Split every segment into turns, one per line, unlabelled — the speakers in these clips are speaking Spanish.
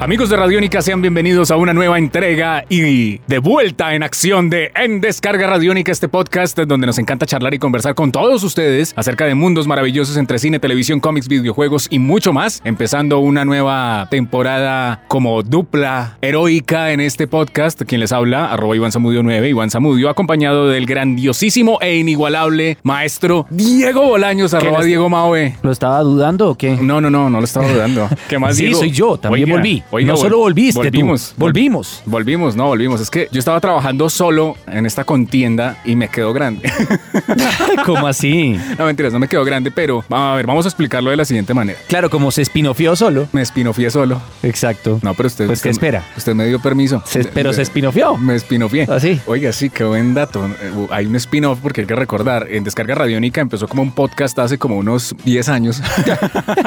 Amigos de Radiónica, sean bienvenidos a una nueva entrega y de vuelta en acción de En Descarga Radiónica, este podcast donde nos encanta charlar y conversar con todos ustedes acerca de mundos maravillosos entre cine, televisión, cómics, videojuegos y mucho más. Empezando una nueva temporada como dupla heroica en este podcast. Quien les habla, arroba Iván Samudio 9, Iván Samudio, acompañado del grandiosísimo e inigualable maestro Diego Bolaños, arroba
les-
Diego Maoe.
¿Lo estaba dudando o qué?
No, no, no, no lo estaba dudando. ¿Qué más
sí,
digo?
soy yo, también
Oiga,
volví.
oiga,
no
vol-
solo volviste
volvimos,
tú. Volvimos.
Volvimos, no, volvimos. Es que yo estaba trabajando solo en esta contienda y me quedó grande.
¿Cómo así?
no, mentiras, no me quedó grande, pero a ver, vamos a explicarlo de la siguiente manera.
Claro, como se espinofió solo.
Me espinofié solo.
Exacto.
No, pero usted...
Pues, ¿qué
usted-
espera?
Usted me dio permiso.
Se-
De-
pero
de-
se espinofió.
Me espinofié.
¿Ah, sí?
Oiga, sí, qué buen dato. Eh, uh, Hay un spin-off porque hay que recordar, en Descarga Radiónica empezó como un podcast hace como unos 10 años.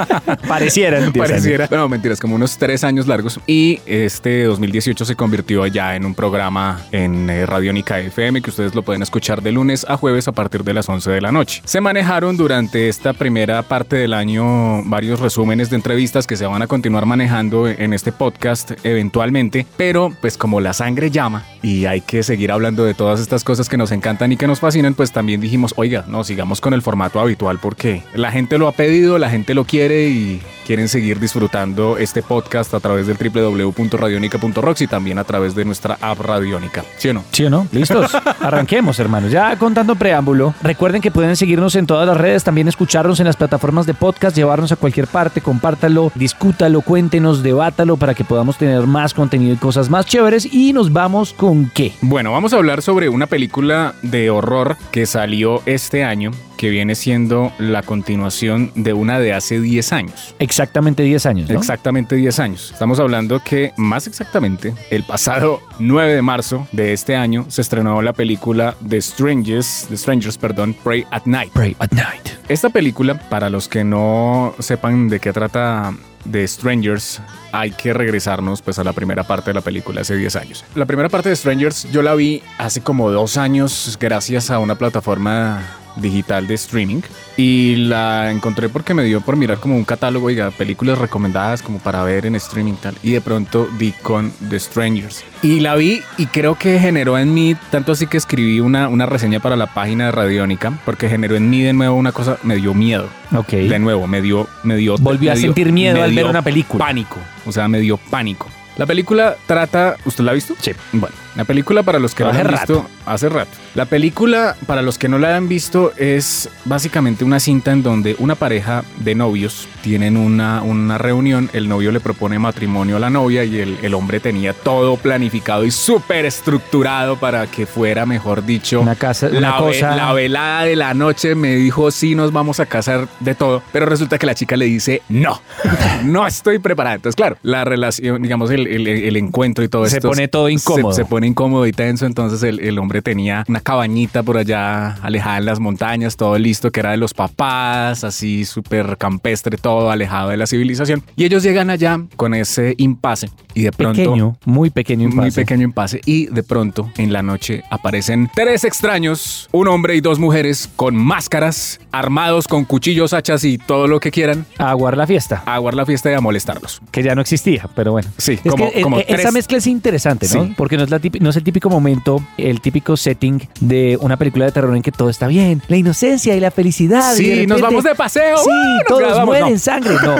Pareciera. en diez años.
pareciera. Bueno, mentiras, como unos tres años largos. Y este 2018 se convirtió ya en un programa en eh, Radiónica FM que ustedes lo pueden escuchar de lunes a jueves a partir de las 11 de la noche. Se manejaron durante esta primera parte del año varios resúmenes de entrevistas que se van a continuar manejando en este podcast eventualmente, pero pues como la sangre llama y hay que seguir hablando de todas estas cosas que nos encantan y que nos fascinan, pues también dijimos, oiga, no, sigamos con el formato habitual porque la gente lo ha pedido, la gente lo quiere y quieren seguir disfrutando este podcast a través del www.radionica.rocks y también a través de nuestra app Radionica. ¿Sí o no?
¿Sí o no? ¿Listos? Arranquemos, hermanos. Ya contando preámbulo, recuerden que pueden seguirnos en todas las redes, también escucharnos en las plataformas de podcast, llevarnos a cualquier parte, compártalo, discútalo, cuéntenos, debátalo para que podamos tener más contenido y cosas más chéveres. Y nos vamos con qué.
Bueno, vamos a hablar sobre una película de horror que salió este año, que viene siendo la continuación de una de hace 10 años.
Exactamente 10 años. ¿no?
Exactamente 10 años. Estamos hablando que más exactamente el pasado 9 de marzo de este año se estrenó la película The Strangers, The Strangers, perdón, Pray at Night.
Pray at night.
Esta película, para los que no sepan de qué trata de Strangers, hay que regresarnos pues a la primera parte de la película hace 10 años. La primera parte de Strangers yo la vi hace como dos años gracias a una plataforma digital de streaming y la encontré porque me dio por mirar como un catálogo de películas recomendadas como para ver en streaming tal y de pronto di con The Strangers y la vi y creo que generó en mí tanto así que escribí una, una reseña para la página de Radiónica porque generó en mí de nuevo una cosa me dio miedo
Ok.
de nuevo me dio me dio me
Volvió a
dio-
sentir miedo
me
al ver
dio
una película.
pánico o sea me dio pánico la película trata ¿usted la ha visto?
Sí.
Bueno, la película para los que no la
Hace
han
rato.
visto hace rato. La película para los que no la han visto es básicamente una cinta en donde una pareja de novios tienen una, una reunión, el novio le propone matrimonio a la novia y el, el hombre tenía todo planificado y súper estructurado para que fuera, mejor dicho,
Una casa- una
la, ve-
cosa-
la velada de la noche me dijo, sí, nos vamos a casar de todo, pero resulta que la chica le dice, no, no estoy preparada. Entonces, claro, la relación, digamos, el, el- el encuentro y todo
Se
esto
pone todo incómodo.
Se, se pone incómodo y tenso, entonces el, el hombre tenía una cabañita por allá, alejada en las montañas, todo listo, que era de los papás, así súper campestre, todo alejado de la civilización. Y ellos llegan allá con ese impasse y de pronto...
Pequeño, muy pequeño
Muy
impasse.
pequeño impasse. Y de pronto, en la noche, aparecen tres extraños, un hombre y dos mujeres, con máscaras, armados con cuchillos, hachas y todo lo que quieran,
A aguar la fiesta,
a aguar la fiesta y a molestarlos.
que ya no existía, pero bueno.
Sí,
Es
como,
que, eh,
como
eh,
tres-
esa mezcla es interesante, ¿no?
Sí.
Porque no es, la típi- no es el típico momento, el típico setting de una película de terror en que todo está bien, la inocencia y la felicidad.
Sí,
y
nos
repente-
vamos de paseo.
Ah, Sí,
¡Uh! Nos
todos
graduamos.
mueren
No.
sangre. No,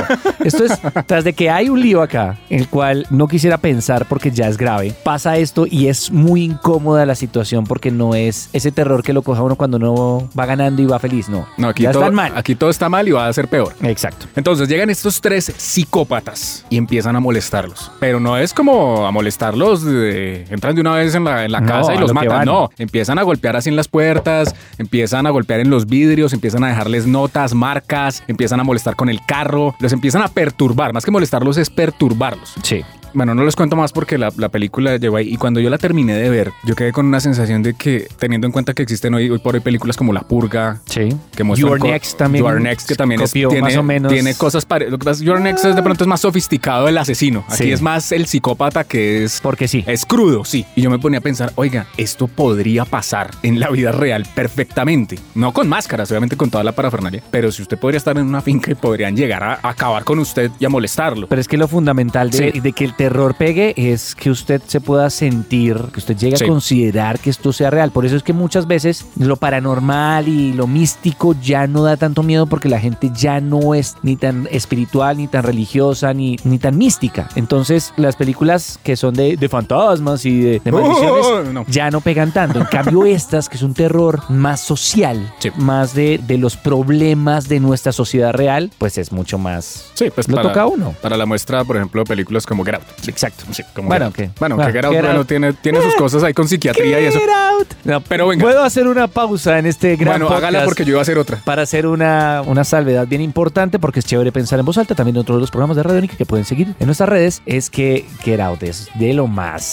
esto es tras de que hay un lío acá, el cual no quisiera pensar porque ya es grave. Pasa esto y es muy incómoda la situación porque no es ese terror que lo coja uno cuando no va ganando y va feliz. No,
No, aquí,
ya
todo,
están mal.
aquí todo está mal y va a ser peor.
Exacto.
Entonces llegan estos tres psicópatas y empiezan a molestarlos. Pero no es como a molestarlos, de- entran de una vez en la, en la
No,
casa y
a
los
lo que
matan.
van.
No, empiezan a golpear así en las puertas, empiezan a golpear en los vidrios, empiezan a dejarles notas, marcas, empiezan a molestar con el carro, los empiezan a perturbar. Más que molestarlos es perturbarlos.
Sí.
Bueno, no les cuento más porque la, la película llegó ahí y cuando yo la terminé de ver, yo quedé con una sensación de que, teniendo en cuenta que existen hoy, hoy por hoy películas como La Purga,
Sí.
que muestran
Your
co-
Next también
You Are Next, que también es-
copió
tiene,
más o menos.
tiene cosas pare- Lo que pasa es que Your Next es de pronto es más sofisticado el asesino. Aquí
Sí.
es más el psicópata que es
Porque sí.
es crudo, sí. Y yo me ponía a pensar, oiga, esto podría pasar en la vida real perfectamente. No con máscaras, obviamente con toda la parafernalia. Pero si usted podría estar en una finca y podrían llegar a acabar con usted y a molestarlo.
Pero es que lo fundamental de,
Sí.
de que el terror pegue es que usted se pueda sentir, que usted llegue
Sí.
a considerar que esto sea real. Por eso es que muchas veces lo paranormal y lo místico ya no da tanto miedo porque la gente ya no es ni tan espiritual, ni tan religiosa, ni, ni tan mística. Entonces las películas que son de, de fantasmas y de, de maldiciones
Oh, no.
ya no pegan tanto. En cambio, estas, que es un terror más social,
Sí.
más de, de los problemas de nuestra sociedad real, pues es mucho más.
Sí, pues
Lo
para,
toca a uno.
para la muestra, por ejemplo, películas como Get Out. Exacto. Sí, como
Bueno,
Get Out.
ok.
bueno,
Bueno,
que Get Out,
Get
bueno,
Out. Ah,
tiene, tiene sus cosas ahí con psiquiatría y eso.
Get out. No,
Pero venga.
Puedo hacer una pausa en este gran
Bueno,
podcast
hágala porque yo iba a hacer otra.
para hacer una, una salvedad bien importante, porque es chévere pensar en voz alta, también otro de los programas de Radiónica que pueden seguir en nuestras redes, es que Get Out es de lo más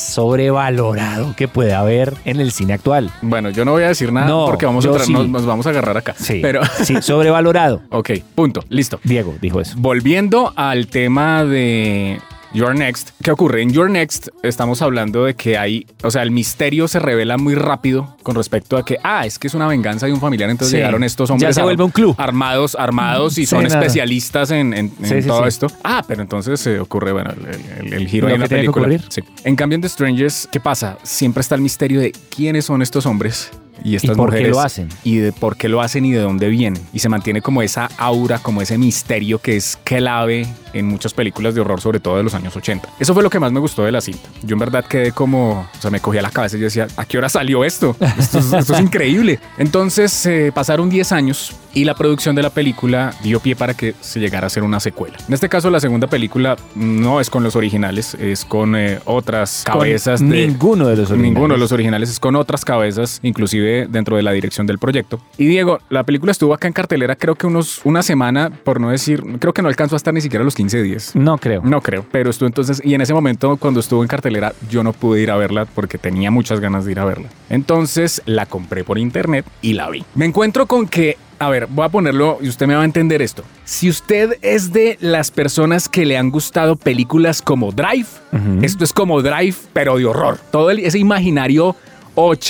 sobrevalorado que puede haber en el cine actual.
Bueno, yo no voy a decir nada
No,
porque vamos a
yo
entrar-
sí.
nos, nos vamos a agarrar acá.
Sí,
Pero,
sí, sobrevalorado.
ok, punto, listo.
Diego dijo eso.
Volviendo al tema de Your Next, ¿qué ocurre? En Your Next estamos hablando de que hay, o sea, el misterio se revela muy rápido con respecto a que, ah, es que es una venganza de un familiar, entonces
Sí.
llegaron estos
Ya
hombres
se vuelve un club.
armados, armados y
Sí,
son
nada.
especialistas en, en- en
Sí, sí,
todo
sí.
esto. Ah, pero entonces se ocurre, bueno, el, el- el giro
Lo
ahí en
que
la
tenía que
película.
ocurrir.
Sí. En cambio, en The Strangers, ¿qué pasa? Siempre está el misterio de quiénes son estos hombres. Y estas
por qué
mujeres
lo hacen?
y de por qué lo hacen y de dónde vienen. Y se mantiene como esa aura, como ese misterio que es clave en muchas películas de horror, sobre todo de los años 80. Eso fue lo que más me gustó de la cinta. Yo en verdad quedé como, o sea, me cogía la cabeza y yo decía, ¿a qué hora salió esto? Esto es, esto es increíble. Entonces eh, pasaron 10 años y la producción de la película dio pie para que se llegara a hacer una secuela. En este caso, la segunda película no es con los originales, es con eh, otras cabezas
Con
de...
ninguno de los originales.
Ninguno de los originales es con otras cabezas, inclusive dentro de la dirección del proyecto. Y Diego, la película estuvo acá en cartelera creo que unos una semana, por no decir, creo que no alcanzó a estar ni siquiera los 15 días.
No creo.
No creo, pero estuvo entonces, y en ese momento cuando estuvo en cartelera, yo no pude ir a verla porque tenía muchas ganas de ir a verla. Entonces la compré por internet y la vi. Me encuentro con que, a ver, voy a ponerlo y usted me va a entender esto. Si usted es de las personas que le han gustado películas como Drive,
Ujú.
esto es como Drive, pero de horror. Todo el- ese imaginario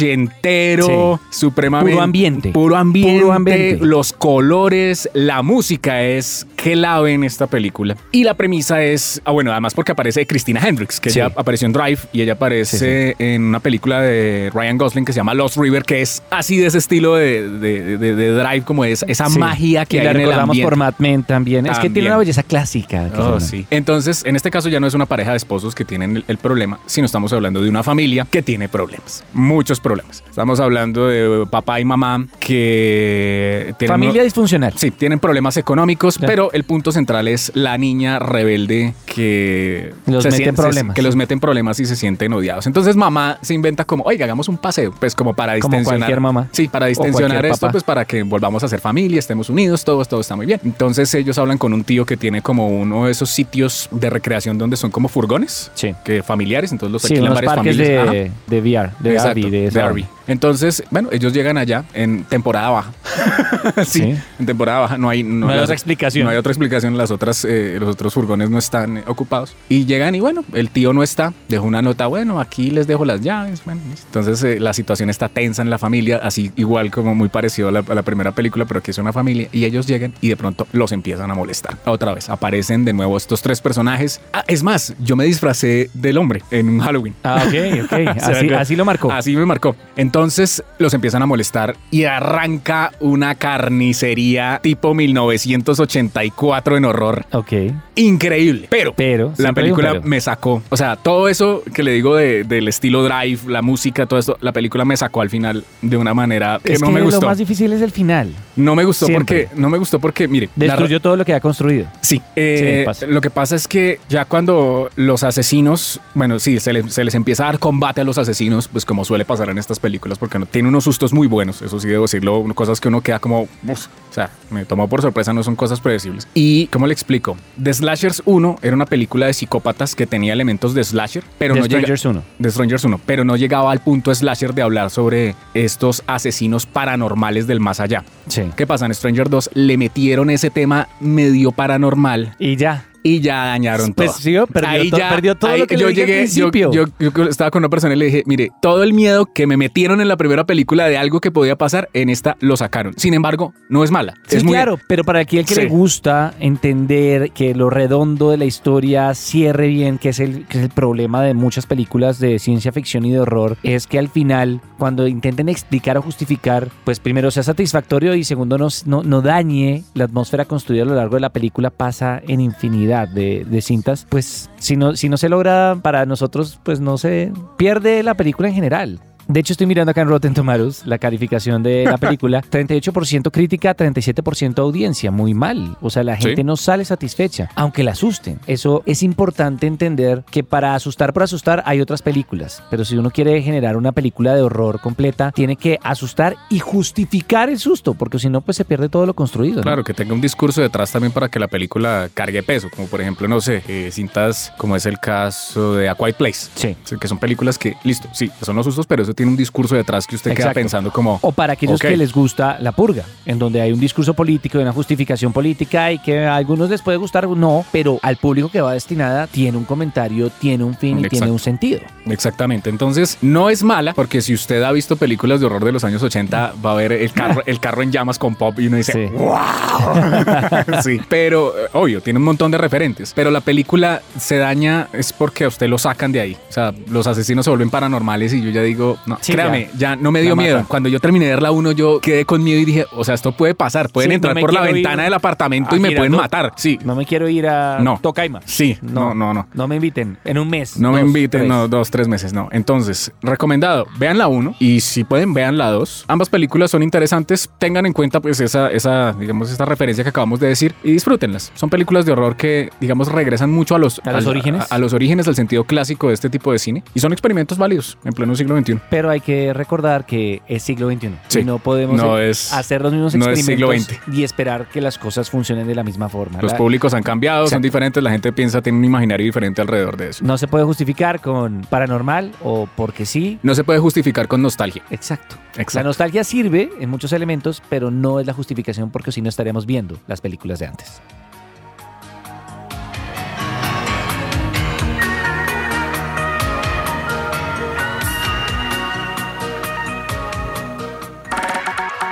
ochentero, supremamente
Puro ambiente.
puro ambiente,
Puro ambiente.
los colores, la música es clave en esta película. Y la premisa es, ah, bueno, además porque aparece Christina Hendricks, que
Sí.
ella apareció en Drive y ella aparece en una película de Ryan Gosling que se llama Lost River, que es así de ese estilo de, de- de- de Drive, como es esa
Sí.
magia que
Y
hay
la
en el
recordamos
ambiente.
por Mad Men también. Es que tiene
También.
una belleza clásica. que
Oh,
llaman.
sí. Entonces, en este caso ya no es una pareja de esposos que tienen el, el problema, sino estamos hablando de una familia que tiene problemas, muchos problemas. Estamos hablando de papá y mamá que tienen
Familia
uno-
disfuncional.
Sí, tienen problemas económicos,
Ya.
pero el punto central es la niña rebelde que
Los mete en
siente-
problemas.
que los mete en problemas y se sienten odiados. Entonces mamá se inventa como, oiga, hagamos un paseo, pues como para
Como
distensionar.
cualquier mamá.
Sí, para distensionar
cualquier
esto,
papá.
pues para que volvamos a ser familia, estemos unidos, todo, todo está muy bien. Entonces ellos hablan con un tío que tiene como uno de esos sitios de recreación donde son como furgones,
Sí.
que familiares, entonces los
Sí,
alquilan
unos
varias
parques
familias. Ajá.
de, de VR, de
Exacto,
Arby, de,
de
esa-
Arby. Entonces, bueno, ellos llegan allá en temporada baja. sí,
Sí.
en temporada baja no hay, no,
No hay
las-
otra explicación.
No hay otra explicación. Las otras, eh, los otros furgones no están eh, ocupados y llegan y bueno, el tío no está. Dejó una nota. Bueno, aquí les dejo las llaves. bueno, listo. entonces eh, la situación está tensa en la familia, así igual como muy parecido a la, a la primera película, pero aquí es una familia y ellos llegan y de pronto los empiezan a molestar. Otra vez aparecen de nuevo estos tres personajes. Ah, es más, yo me disfracé del hombre en un Halloween.
Ah, ok, ok.
Se Ah,
Así,
ve-
así lo marcó.
Así me marcó. Entonces los empiezan a molestar y arranca una carnicería tipo 1984 en horror.
Ok,
Increíble. Pero,
pero...
la
siempre hay un
película
pero.
me sacó. O sea, todo eso que le digo de- del estilo drive, la música, todo esto, la película me sacó al final de una manera que
es
no
que
me
lo
gustó.
más difícil es el final.
No me gustó
Siempre.
porque, no me gustó porque, mire, la-
Destruyó todo lo que ha construido.
Sí, eh,
Sí, pasa.
lo que pasa es que ya cuando los asesinos, bueno, sí, se les, se les empieza a dar combate a los asesinos, pues como suele pasar en estas películas, porque no, tiene unos sustos muy buenos, eso sí debo decirlo, cosas que uno queda como, "Uf", o sea, me tomó por sorpresa, no son cosas predecibles. Y, ¿cómo le explico? Des- Slashers 1 era una película de psicópatas que tenía elementos de slasher, pero
The
no llega-
Strangers 1.
de Strangers 1, pero no llegaba al punto slasher de hablar sobre estos asesinos paranormales del más allá.
Sí.
¿Qué pasa? En Stranger 2 le metieron ese tema medio paranormal
Y ya.
y ya dañaron
Pues
todo.
sí, perdió to- perdió todo lo que le dije al
yo,
principio.
yo- yo estaba con una persona y le dije, mire, todo el miedo que me metieron en la primera película de algo que podía pasar, en esta lo sacaron. Sin embargo, no es mala.
Sí,
es muy-
claro, pero para aquel que
Sí.
le gusta entender que lo redondo de la historia cierre bien, que es, el, que es el problema de muchas películas de ciencia ficción y de horror, es que al final, cuando intenten explicar o justificar, pues primero sea satisfactorio y segundo no, no, no dañe la atmósfera construida a lo largo de la película, pasa en infinidad de, de cintas, pues si no, si no se logra para nosotros, pues no se pierde la película en general. De hecho, estoy mirando acá en Rotten Tomatoes la calificación de la película. 38% crítica, 37% audiencia. Muy mal. O sea, la
Sí.
gente no sale satisfecha, aunque la asusten. Eso es importante entender que para asustar por asustar hay otras películas. Pero si uno quiere generar una película de horror completa, tiene que asustar y justificar el susto, porque si no, pues se pierde todo lo construido. ¿no?
Claro, que tenga un discurso detrás también para que la película cargue peso, como por ejemplo, no sé, eh, cintas como es el caso de A Quiet Place.
Sí.
Sí, Que son películas que, listo, sí, son los sustos, pero eso tiene un discurso detrás que usted queda
Exacto.
pensando como...
O para aquellos
Ok.
que les gusta la purga, en donde hay un discurso político y una justificación política y que a algunos les puede gustar, no, pero al público que va destinada tiene un comentario, tiene un fin y
Exacto.
tiene un sentido.
Exactamente. Entonces, no es mala, porque si usted ha visto películas de horror de los años 80, va a ver el carro, el carro en llamas con pop y uno dice,
Sí.
¡Wow! sí. Pero, eh, obvio, tiene un montón de referentes. Pero la película se daña es porque a usted lo sacan de ahí. O sea, los asesinos se vuelven paranormales y yo ya digo, no,
Sí,
créame, ya. no me dio
La mata.
miedo. Cuando yo terminé de ver la 1, yo quedé con miedo y dije, o sea, esto puede pasar. Pueden
Sí,
entrar
no me
por la
quiero ir
ventana del apartamento
a
y me pueden
Girardot.
matar. Sí.
No me quiero ir a
No.
Tocaima.
Sí. No, no, no.
No me inviten en un mes.
No me
dos,
inviten,
tres.
no, dos, tres meses, no. Entonces, recomendado, vean la 1 y si pueden, vean la 2. Ambas películas son interesantes, tengan en cuenta pues esa, esa, digamos, esta referencia que acabamos de decir y disfrútenlas. Son películas de horror que, digamos, regresan mucho a los,
¿A los orígenes?
a, a los orígenes del sentido clásico de este tipo de cine y son experimentos válidos en pleno siglo XXI.
Pero hay que recordar que es siglo XXI.
Sí.
Y no podemos
No
eh,
es-
hacer los mismos
no es siglo
experimentos y esperar que las cosas funcionen de la misma forma.
Los
La-
públicos han cambiado, son
Exacto.
diferentes, la gente piensa, tiene un imaginario diferente alrededor de eso.
no se puede justificar con paranormal o porque sí.
No se puede justificar con nostalgia.
Exacto. La
Exacto.
nostalgia sirve en muchos elementos, pero no es la justificación porque si no estaríamos viendo las películas de antes.